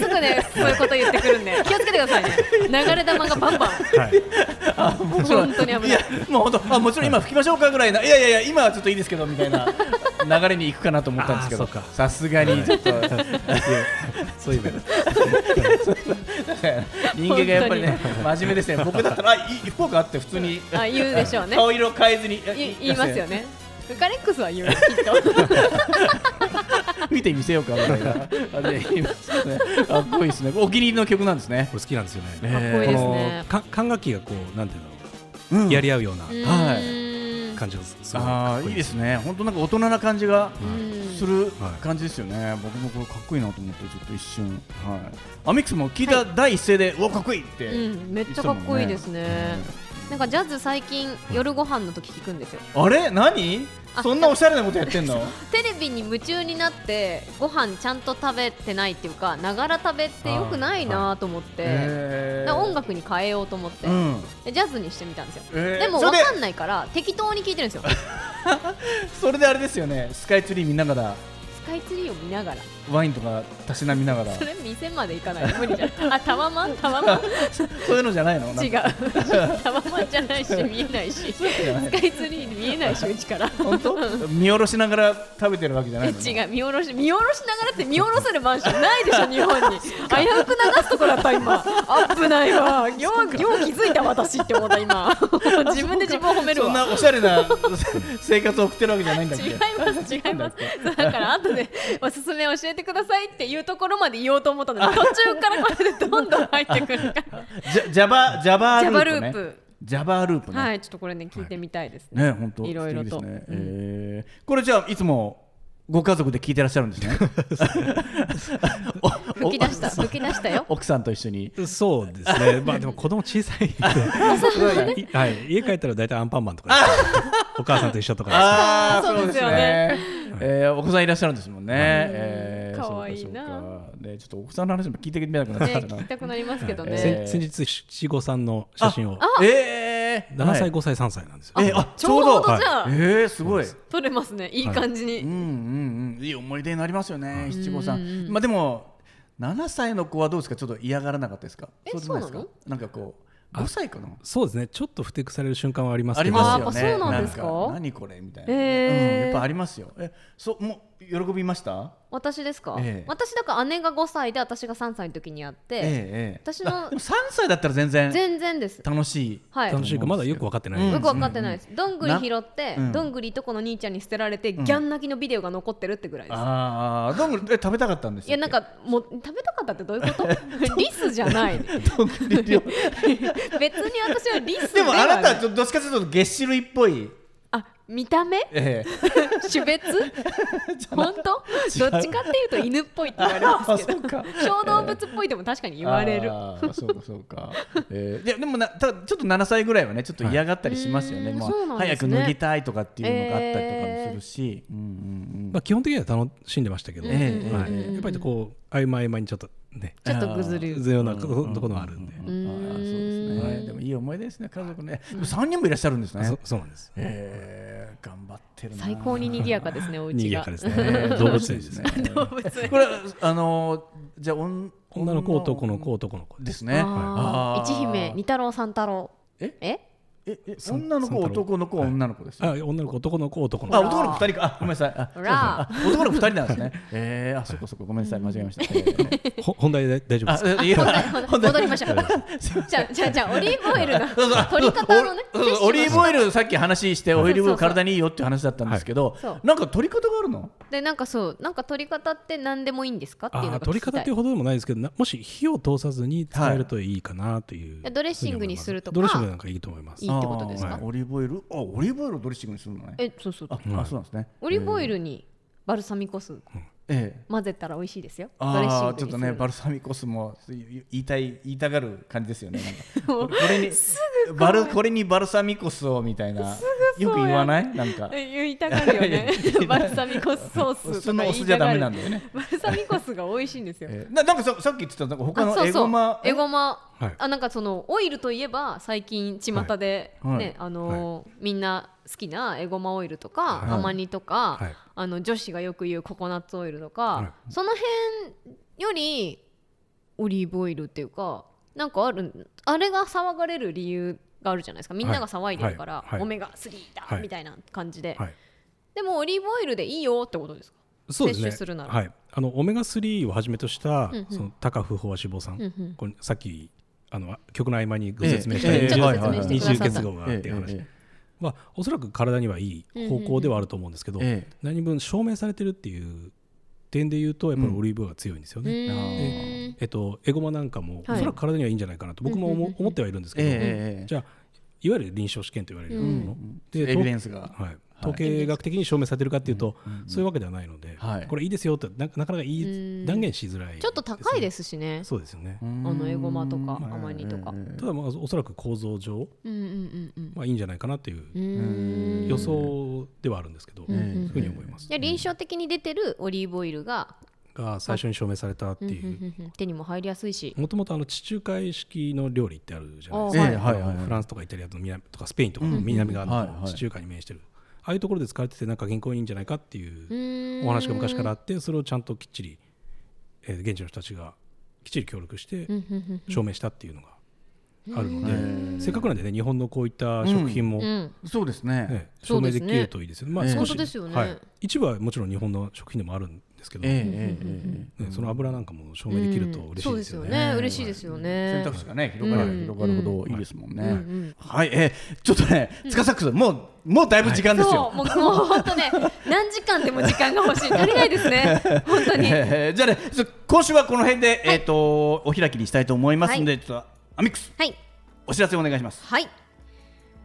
[SPEAKER 3] すぐねそういうこと言ってくるんで気をつけてくださいね流れ弾がバンバン
[SPEAKER 4] はい
[SPEAKER 2] もちろん
[SPEAKER 3] 本当に危ない
[SPEAKER 2] やもう本当あもちろん今吹きましょうかぐらいないやいやいや今はちょっといいですけどみたい
[SPEAKER 3] [LAUGHS]
[SPEAKER 2] な流れに行くかなと思ったんですけ
[SPEAKER 4] あ
[SPEAKER 2] ど
[SPEAKER 4] ーそうか
[SPEAKER 2] さすがにちょっと
[SPEAKER 4] そういう意味で
[SPEAKER 2] 人間がやっぱりね真面目ですね僕だったらあいい福岡あって普通に
[SPEAKER 3] あ言うでしょうね
[SPEAKER 2] 顔色変えずにい
[SPEAKER 3] い言いますよねウカレックスは言うきっ
[SPEAKER 2] [LAUGHS] 見てみせようかみたいなあれ言います [LAUGHS] よねかっこいいですねお気に入りの曲なんです [LAUGHS] ね
[SPEAKER 4] これ好きなんですよね
[SPEAKER 3] かっこいい
[SPEAKER 4] こ
[SPEAKER 3] です
[SPEAKER 4] の
[SPEAKER 3] ね
[SPEAKER 4] か管楽器がこうなんていうんだろう、
[SPEAKER 2] うん
[SPEAKER 4] やり合うような
[SPEAKER 3] と
[SPEAKER 2] はいう
[SPEAKER 3] ーん
[SPEAKER 4] 感じがすすごいか
[SPEAKER 2] あ
[SPEAKER 4] っ
[SPEAKER 2] あい
[SPEAKER 4] こい
[SPEAKER 2] い
[SPEAKER 4] い
[SPEAKER 2] で
[SPEAKER 4] ですす
[SPEAKER 2] ね本当なんか大人な感じが
[SPEAKER 3] うん
[SPEAKER 2] する
[SPEAKER 4] はい
[SPEAKER 2] 感じですよね、僕もこれかっこいいなと思ってちょっと一瞬はいアミックスも聞いた第一声で、うわかっこいいって、
[SPEAKER 3] うんめっちゃかっこいいですねなんかジャズ最近夜ご飯の時聞くんですよ
[SPEAKER 2] あれ何
[SPEAKER 3] あ
[SPEAKER 2] そんなおしゃれなことやってんの
[SPEAKER 3] [LAUGHS] テレビに夢中になってご飯ちゃんと食べてないっていうかながら食べってよくないなと思って
[SPEAKER 2] え
[SPEAKER 3] だから音楽に変えようと思って
[SPEAKER 2] うん
[SPEAKER 3] でジャズにしてみたんですよ
[SPEAKER 2] えー
[SPEAKER 3] でも
[SPEAKER 2] そ
[SPEAKER 3] 分
[SPEAKER 2] れ
[SPEAKER 3] かんないから適当に聞いてるんで
[SPEAKER 2] [LAUGHS]
[SPEAKER 3] すよ
[SPEAKER 2] それであれですよねスカイツリー見ながら
[SPEAKER 3] スカイツリーを見ながら
[SPEAKER 2] ワインとかたしなみながら
[SPEAKER 3] それ店まで行かないと無理じゃんあタワマンタワマン
[SPEAKER 2] そういうのじゃないのなんか
[SPEAKER 3] 違う [LAUGHS] タワマンじゃないし見えないしス
[SPEAKER 2] じゃない
[SPEAKER 3] カイツリーに見えないしうちから
[SPEAKER 2] 本当見下ろしながら食べてるわけじゃないの
[SPEAKER 3] 違う見下ろし見下ろしながらって見下ろせるマンションないでしょ日本に危うく流すとこだった今危ないわようよう気づいた私って思っ
[SPEAKER 2] [LAUGHS]
[SPEAKER 3] た今自分で自分を褒める
[SPEAKER 2] そん
[SPEAKER 3] わ
[SPEAKER 2] なおしゃれな [LAUGHS] 生活を送ってるわけじゃないんだっけ
[SPEAKER 3] 違います違いますそうだから後でおすすめ教えてくださいっていうところまで言おうと思ったのに途中からこれでどんどん入ってく
[SPEAKER 2] [LAUGHS]
[SPEAKER 3] るから
[SPEAKER 2] じゃジャバジャバ
[SPEAKER 3] ジャバル
[SPEAKER 2] ール
[SPEAKER 3] ー
[SPEAKER 2] ープね
[SPEAKER 3] プ
[SPEAKER 2] ジャバーループね、
[SPEAKER 3] はいちょっとこれね聞いてみたいですね
[SPEAKER 2] ね本当
[SPEAKER 3] いろいろ
[SPEAKER 2] 素
[SPEAKER 3] と
[SPEAKER 2] 敵ですね、えーこれじゃあいつもご家族で聞いてらっしゃるんです
[SPEAKER 3] [LAUGHS]
[SPEAKER 2] ねお
[SPEAKER 3] 吹き出した吹き出し
[SPEAKER 2] [LAUGHS]
[SPEAKER 3] たよ
[SPEAKER 2] お奥さんと一緒に
[SPEAKER 4] そうですね
[SPEAKER 2] [LAUGHS]
[SPEAKER 4] まあでも子供小さいんでいはい、家帰ったら大体アンパンマンとかお母さんと一緒とか
[SPEAKER 2] あー
[SPEAKER 3] そうですよね
[SPEAKER 2] そうですねえーお子さんいらっしゃるんですもんね、えー
[SPEAKER 3] かわいいな
[SPEAKER 2] そうかそうかねちょっとお子さんの話も聞いてみたくなっちゃ
[SPEAKER 3] ね
[SPEAKER 2] ったな、
[SPEAKER 3] 聞きたくなりますけど
[SPEAKER 4] です
[SPEAKER 2] え
[SPEAKER 4] ね、
[SPEAKER 2] ー
[SPEAKER 3] ね
[SPEAKER 4] はい先先日七五三の写真を
[SPEAKER 2] えー、
[SPEAKER 4] 7歳、
[SPEAKER 2] はい
[SPEAKER 4] 5歳3歳なんですよ、
[SPEAKER 2] えーあ
[SPEAKER 3] ちょうどじゃあ
[SPEAKER 2] えー、すごい
[SPEAKER 4] そう
[SPEAKER 3] 取れますねいい感じ
[SPEAKER 2] うん
[SPEAKER 3] に
[SPEAKER 2] うんうんいい思い出になりますよね七五
[SPEAKER 3] うんうん
[SPEAKER 2] 三
[SPEAKER 3] うん
[SPEAKER 2] まあでも7歳の子はどうですかちょっと嫌がらなかったですか
[SPEAKER 3] え
[SPEAKER 2] うでもいですか
[SPEAKER 3] そう
[SPEAKER 2] なんかこう5歳かな
[SPEAKER 4] そうですねちょっと不適される瞬間はあります
[SPEAKER 2] あ
[SPEAKER 4] け
[SPEAKER 2] り
[SPEAKER 4] ど
[SPEAKER 2] ますよ
[SPEAKER 3] あ
[SPEAKER 2] ね
[SPEAKER 3] やっぱそうなんですか
[SPEAKER 2] なん何これみたいな、
[SPEAKER 3] へー
[SPEAKER 2] うんやっぱありますよえそうもう喜びました
[SPEAKER 3] 私ですか
[SPEAKER 2] ええ
[SPEAKER 3] 私だから姉が5歳で私が3歳の時にやって
[SPEAKER 2] ええええ
[SPEAKER 3] 私の
[SPEAKER 2] あでも3歳だったら全然
[SPEAKER 3] 全然です
[SPEAKER 2] 楽しい
[SPEAKER 3] はい
[SPEAKER 4] 楽しいかまだよく分かってない、
[SPEAKER 2] うん
[SPEAKER 3] よく分かってないですどんぐり拾って
[SPEAKER 2] うん
[SPEAKER 3] どんぐりとこの兄ちゃんに捨てられてギャン泣きのビデオが残ってるってぐらいです
[SPEAKER 2] ああどんぐりえ食べたかったんです
[SPEAKER 3] いやなんかもう食べたかったってどういうこと
[SPEAKER 2] [LAUGHS]
[SPEAKER 3] リスじゃない
[SPEAKER 2] どんぐり料理
[SPEAKER 3] [LAUGHS] 別に私はリス
[SPEAKER 2] でもあなたは
[SPEAKER 3] は
[SPEAKER 2] ちょどっちかというと月種類っぽい
[SPEAKER 3] あ見
[SPEAKER 2] [LAUGHS]
[SPEAKER 3] た目 [LAUGHS]
[SPEAKER 2] ええ
[SPEAKER 3] 種別本当どっちかっていうと犬っぽいって言われま
[SPEAKER 2] あ
[SPEAKER 3] すけ
[SPEAKER 2] そ
[SPEAKER 3] ど
[SPEAKER 2] うか
[SPEAKER 3] 小動物っぽいでも確かに言われる
[SPEAKER 2] あーそうかそう
[SPEAKER 3] [LAUGHS]
[SPEAKER 2] か。えー、いやでもなただちょっと7歳ぐらいはねちょっと嫌がったりしますよね。
[SPEAKER 3] はい
[SPEAKER 2] ま
[SPEAKER 3] うーんそう
[SPEAKER 2] あ
[SPEAKER 3] なんで
[SPEAKER 2] 早
[SPEAKER 3] す
[SPEAKER 2] く
[SPEAKER 3] ね
[SPEAKER 2] 脱ぎたいとかっていうのがあったりとかもするし。うんうんうん。
[SPEAKER 4] まあ、基本的には楽しんでましたけど、
[SPEAKER 2] ええ
[SPEAKER 4] は
[SPEAKER 3] うんうんうん
[SPEAKER 4] い、やっぱりこう曖昧曖昧にちょっとね
[SPEAKER 3] ちょっとぐずる
[SPEAKER 4] ずようなところがあるんで、
[SPEAKER 2] あーそうですね。でもいい思い出ですね家族ね。でも三人もいらっしゃるんですね。
[SPEAKER 4] そそうなんです
[SPEAKER 2] えー、頑張ってるな。
[SPEAKER 3] 最高に賑やかですねお家
[SPEAKER 4] 賑や
[SPEAKER 3] が
[SPEAKER 4] かです
[SPEAKER 2] え
[SPEAKER 4] ね
[SPEAKER 2] ー。
[SPEAKER 4] 動物園です [LAUGHS] ね。
[SPEAKER 3] [LAUGHS] 動物園
[SPEAKER 2] これあのー、じゃあ女
[SPEAKER 4] 女の子と男の子男の子
[SPEAKER 2] で
[SPEAKER 4] です
[SPEAKER 2] ね。
[SPEAKER 3] あー一姫二太郎三太郎
[SPEAKER 2] え [LAUGHS]
[SPEAKER 3] え
[SPEAKER 2] ええ女の子男の子女の子です。
[SPEAKER 4] あ女の子男の子男の
[SPEAKER 2] あ、
[SPEAKER 4] 子
[SPEAKER 2] 男の子二人か。あ、ごめんなさい。あ、
[SPEAKER 3] ほら
[SPEAKER 2] そうそうあ男の子二人なんですね。 [LAUGHS] ええ、あ、そこそこ、ごめんなさい、間違えました。えー
[SPEAKER 4] ほ本題で大丈夫です
[SPEAKER 2] [LAUGHS]
[SPEAKER 4] か
[SPEAKER 2] あ、いや、
[SPEAKER 3] 戻りましょうじゃあじゃあじゃあオリーブオイル
[SPEAKER 2] [LAUGHS]
[SPEAKER 3] の取り方のね
[SPEAKER 2] おそうそうオリーブ
[SPEAKER 3] イ
[SPEAKER 2] オイルさっき話してオリーブオイ
[SPEAKER 3] そうそうそ
[SPEAKER 2] ル
[SPEAKER 3] う
[SPEAKER 2] 体にいいよっていう話だったんですけど
[SPEAKER 3] そう
[SPEAKER 2] なんか取り方があるの
[SPEAKER 3] ルでなんかそうなんか取り方って何でもいいんですかっていうの
[SPEAKER 4] あ
[SPEAKER 3] が聞
[SPEAKER 4] あ
[SPEAKER 3] きた
[SPEAKER 4] 取
[SPEAKER 3] い
[SPEAKER 4] り方っていうほどでもないですけどなもし火を通さずに使えるといいかなというふうに思います、
[SPEAKER 3] ドレッシングにするとか
[SPEAKER 4] ドレッシングなんかいいと思います
[SPEAKER 3] いいってことですか
[SPEAKER 2] あーオリーブオイルあオリーブオイルをドレッシングにするのね
[SPEAKER 3] えそうそう
[SPEAKER 2] ああそうなんですね
[SPEAKER 3] オリーブオイルにバルサミコ酢
[SPEAKER 2] ええ
[SPEAKER 3] 混ぜたら美味しいですよドレッシン
[SPEAKER 2] あ
[SPEAKER 3] グ
[SPEAKER 2] あ
[SPEAKER 3] に
[SPEAKER 2] ちょっとね
[SPEAKER 3] する
[SPEAKER 2] バルサミコ酢も言いたい言いたがる感じですよねなんかこれこれにバルこれにバルサミコ酢をみたいなよく言わないなんか
[SPEAKER 3] え言いたがる
[SPEAKER 2] [LAUGHS]
[SPEAKER 3] よねバルサミコ酢ソース
[SPEAKER 2] そ
[SPEAKER 3] と
[SPEAKER 2] の
[SPEAKER 3] か
[SPEAKER 2] お
[SPEAKER 3] 言
[SPEAKER 2] 酢
[SPEAKER 3] い
[SPEAKER 2] じゃダ
[SPEAKER 3] たが
[SPEAKER 2] メ
[SPEAKER 3] る
[SPEAKER 2] なんだよね
[SPEAKER 3] バルサミコ酢が美味しいんですよ
[SPEAKER 2] えーななんかささっき言ってたなんか他
[SPEAKER 3] あ
[SPEAKER 2] の
[SPEAKER 3] そう
[SPEAKER 2] エ
[SPEAKER 3] そう
[SPEAKER 2] ゴマ
[SPEAKER 3] エゴマ
[SPEAKER 4] はい
[SPEAKER 3] あなんかそのオイルといえば最近巷で、
[SPEAKER 2] はいは
[SPEAKER 3] ね
[SPEAKER 2] い
[SPEAKER 3] あのーみんな好きなエゴマオイルとか、
[SPEAKER 4] はい
[SPEAKER 3] アマニとか、
[SPEAKER 4] はい
[SPEAKER 3] あの女子がよく言うココナッツオイルとか、
[SPEAKER 4] は
[SPEAKER 3] その辺よりオリーブオイルっていうかなんかあるあれが騒がれる理由があるじゃないですかみんなが騒いでるから、
[SPEAKER 4] はいはいはい
[SPEAKER 3] オメガ3だ、
[SPEAKER 4] はい
[SPEAKER 3] みたいな感じで、
[SPEAKER 4] はい
[SPEAKER 3] でもオリーブオイルでいいよってことですか
[SPEAKER 4] そうです
[SPEAKER 3] 摂
[SPEAKER 4] ね
[SPEAKER 3] 取するなら
[SPEAKER 4] はい、あのオメガ3をはじめとした、
[SPEAKER 3] うんうん
[SPEAKER 4] その高不飽和脂肪酸、
[SPEAKER 3] うんうん
[SPEAKER 4] これさっきあの曲の合間にご説明した
[SPEAKER 2] ええええ
[SPEAKER 4] 20
[SPEAKER 2] はいはいはい
[SPEAKER 4] 二重結合があっていう話
[SPEAKER 2] えええ
[SPEAKER 4] はおそらく体にはいい方向ではあると思うんですけど、
[SPEAKER 2] ええ
[SPEAKER 4] 何分証明されてるっていう点で言うとやっぱりオリーブオイルが強いんですよ
[SPEAKER 3] う
[SPEAKER 4] ね。
[SPEAKER 3] ーん
[SPEAKER 4] えっと、エゴマなんかもお
[SPEAKER 3] はい
[SPEAKER 4] そらく体にはいいんじゃないかなと僕も
[SPEAKER 3] うんうんう
[SPEAKER 4] 思
[SPEAKER 3] ん
[SPEAKER 4] 思ってはいるんですけ
[SPEAKER 2] え
[SPEAKER 4] ど、
[SPEAKER 2] えええ
[SPEAKER 4] じゃあいわゆる臨床試験と言われる
[SPEAKER 2] う
[SPEAKER 4] もの、
[SPEAKER 2] ん
[SPEAKER 4] で
[SPEAKER 2] エビデンスが
[SPEAKER 4] はい、統計学的に証明されてるかっていうと、
[SPEAKER 2] うんうんうん
[SPEAKER 4] そういうわけではないので、
[SPEAKER 2] はい
[SPEAKER 4] これいいですよってななかなか
[SPEAKER 3] う
[SPEAKER 4] 言
[SPEAKER 3] ん
[SPEAKER 4] い断言しづらい、
[SPEAKER 3] ちょっと高いですすしね
[SPEAKER 4] ね。そうですよね、
[SPEAKER 3] あのエゴマとかアマニとか
[SPEAKER 4] ただまあおそらく構造上、
[SPEAKER 3] うんうんうんうん
[SPEAKER 4] まあ、いいんじゃないかなっていう
[SPEAKER 3] うーん
[SPEAKER 4] 予想ではあるんですけど、
[SPEAKER 3] うん
[SPEAKER 4] そううい
[SPEAKER 3] ん
[SPEAKER 4] うふうに思います
[SPEAKER 3] いや臨床的に出てるオリーブオイルが、
[SPEAKER 4] が最初に証明されたって
[SPEAKER 3] うんうん
[SPEAKER 4] いう
[SPEAKER 3] うんうん手にも入りやすいし、
[SPEAKER 4] もともとあの地中海式の料理ってあるじゃないです
[SPEAKER 2] あ
[SPEAKER 4] か、
[SPEAKER 2] ーはいはいはいはい
[SPEAKER 4] フランスとかイタリアの南とかスペインとかの南側
[SPEAKER 2] うんうんはいは
[SPEAKER 4] の
[SPEAKER 2] い
[SPEAKER 4] 地中海に面してる、ああいうところで使われててなんか健康にいいんじゃないかって
[SPEAKER 3] う
[SPEAKER 4] いう
[SPEAKER 3] ーん
[SPEAKER 4] お話が昔からあってそれをちゃんときっちり、えー現地の人たちがきっちり協力して
[SPEAKER 3] うんうんうん
[SPEAKER 4] 証明したっていうのがあるの
[SPEAKER 2] へ
[SPEAKER 4] で、
[SPEAKER 2] ー
[SPEAKER 4] せっかくなんでね日本のこういった食品も、
[SPEAKER 3] うん
[SPEAKER 2] そうですね
[SPEAKER 4] ね
[SPEAKER 3] そ
[SPEAKER 4] 証
[SPEAKER 3] うで
[SPEAKER 4] 明
[SPEAKER 3] すね
[SPEAKER 4] できるといいですよね。まあ
[SPEAKER 2] ええ
[SPEAKER 4] 少
[SPEAKER 3] 本当
[SPEAKER 4] し
[SPEAKER 3] ですよね
[SPEAKER 4] はい、一部はもちろん日本の食品でもあるんですけど、
[SPEAKER 2] ええええええ
[SPEAKER 4] ねその油なんかも証明できると嬉しいですよね。
[SPEAKER 3] そう嬉しいですよね
[SPEAKER 2] 選。択肢がね広がれば
[SPEAKER 3] うん
[SPEAKER 2] 広がるほどいいですもん
[SPEAKER 3] うんう
[SPEAKER 2] ね
[SPEAKER 3] ん
[SPEAKER 2] はいええちょっとねつかさくもうもうだいぶ時間です
[SPEAKER 3] そ
[SPEAKER 2] よ
[SPEAKER 3] う、もうもう本当ね、何時間でも時間が欲しい、足りないですね、本当に。
[SPEAKER 4] [LAUGHS]
[SPEAKER 2] ええじゃあねちょ今週はこの辺でえっとお開きにしたいと思いますのでちょっとアミックス
[SPEAKER 3] はい、
[SPEAKER 2] お知らせお願いします
[SPEAKER 3] はい。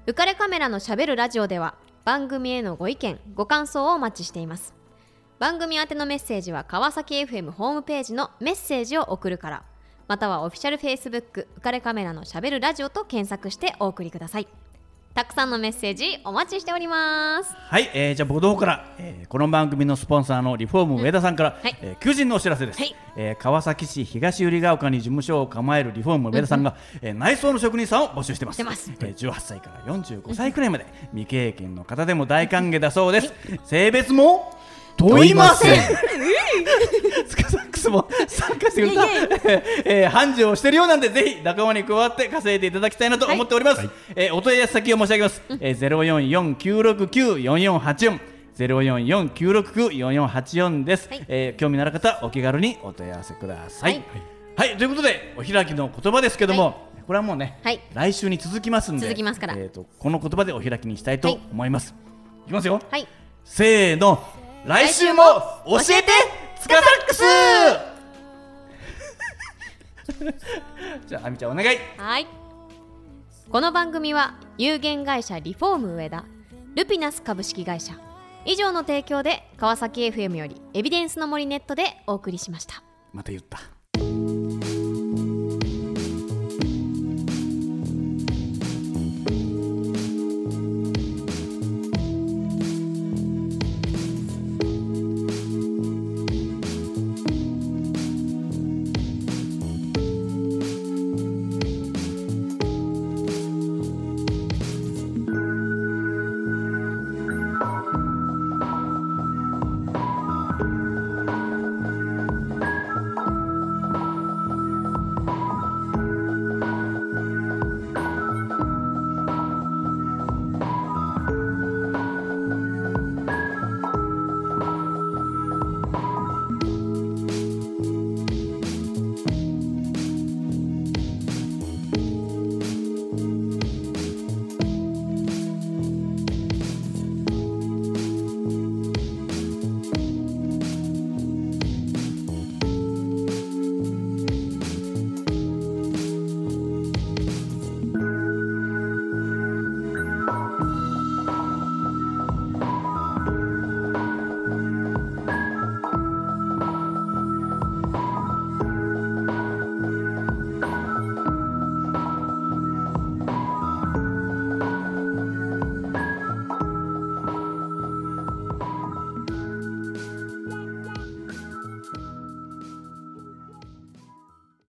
[SPEAKER 3] 浮かれカメラのしゃべるラジオでは番組へのご意見、ご感想をお待ちしています。番組宛てのメッセージは川崎 FM ホームページのメッセージを送るから、またはオフィシャル Facebook 浮かれカメラのしゃべるラジオと検索してお送りください。たくさんのメッセージお待ちしております。
[SPEAKER 2] はい、えー、じゃあ僕の方から、えー、この番組のスポンサーのリフォーム上田さんから、
[SPEAKER 3] はい
[SPEAKER 2] えー求人のお知らせです、
[SPEAKER 3] はい
[SPEAKER 2] えー川崎市東百合ヶ丘に事務所を構えるリフォーム上田さんが、えー内装の職人さんを募集してます
[SPEAKER 3] してます
[SPEAKER 2] えー、18歳から45歳くらいまで未経験の方でも大歓迎だそうです、性別も問いません [LAUGHS] スカサックスも参加してくれた
[SPEAKER 3] イエイイエイ
[SPEAKER 2] [LAUGHS] えー繁盛してるようなんでぜひ仲間に加わって稼いでいただきたいなと思っております、えーお問い合わせ先を申し上げます、えー、0449694484 0449694484です、
[SPEAKER 3] はい
[SPEAKER 2] えー興味のある方お気軽にお問い合わせください
[SPEAKER 3] は
[SPEAKER 2] はいい、ということでお開きの言葉ですけども、
[SPEAKER 3] はい
[SPEAKER 2] これはもうね、
[SPEAKER 3] はい
[SPEAKER 2] 来週に続きますんで
[SPEAKER 3] 続きますから
[SPEAKER 2] えー、とこの言葉でお開きにしたいと思います、い、きますよ、
[SPEAKER 3] はい。
[SPEAKER 2] せーの来週も教えてつかサックス [LAUGHS] じゃああみちゃんお願い
[SPEAKER 3] はい。この番組は有限会社リフォーム上田、ルピナス株式会社以上の提供で川崎 FM よりエビデンスの森ネットでお送りしました。
[SPEAKER 2] また言った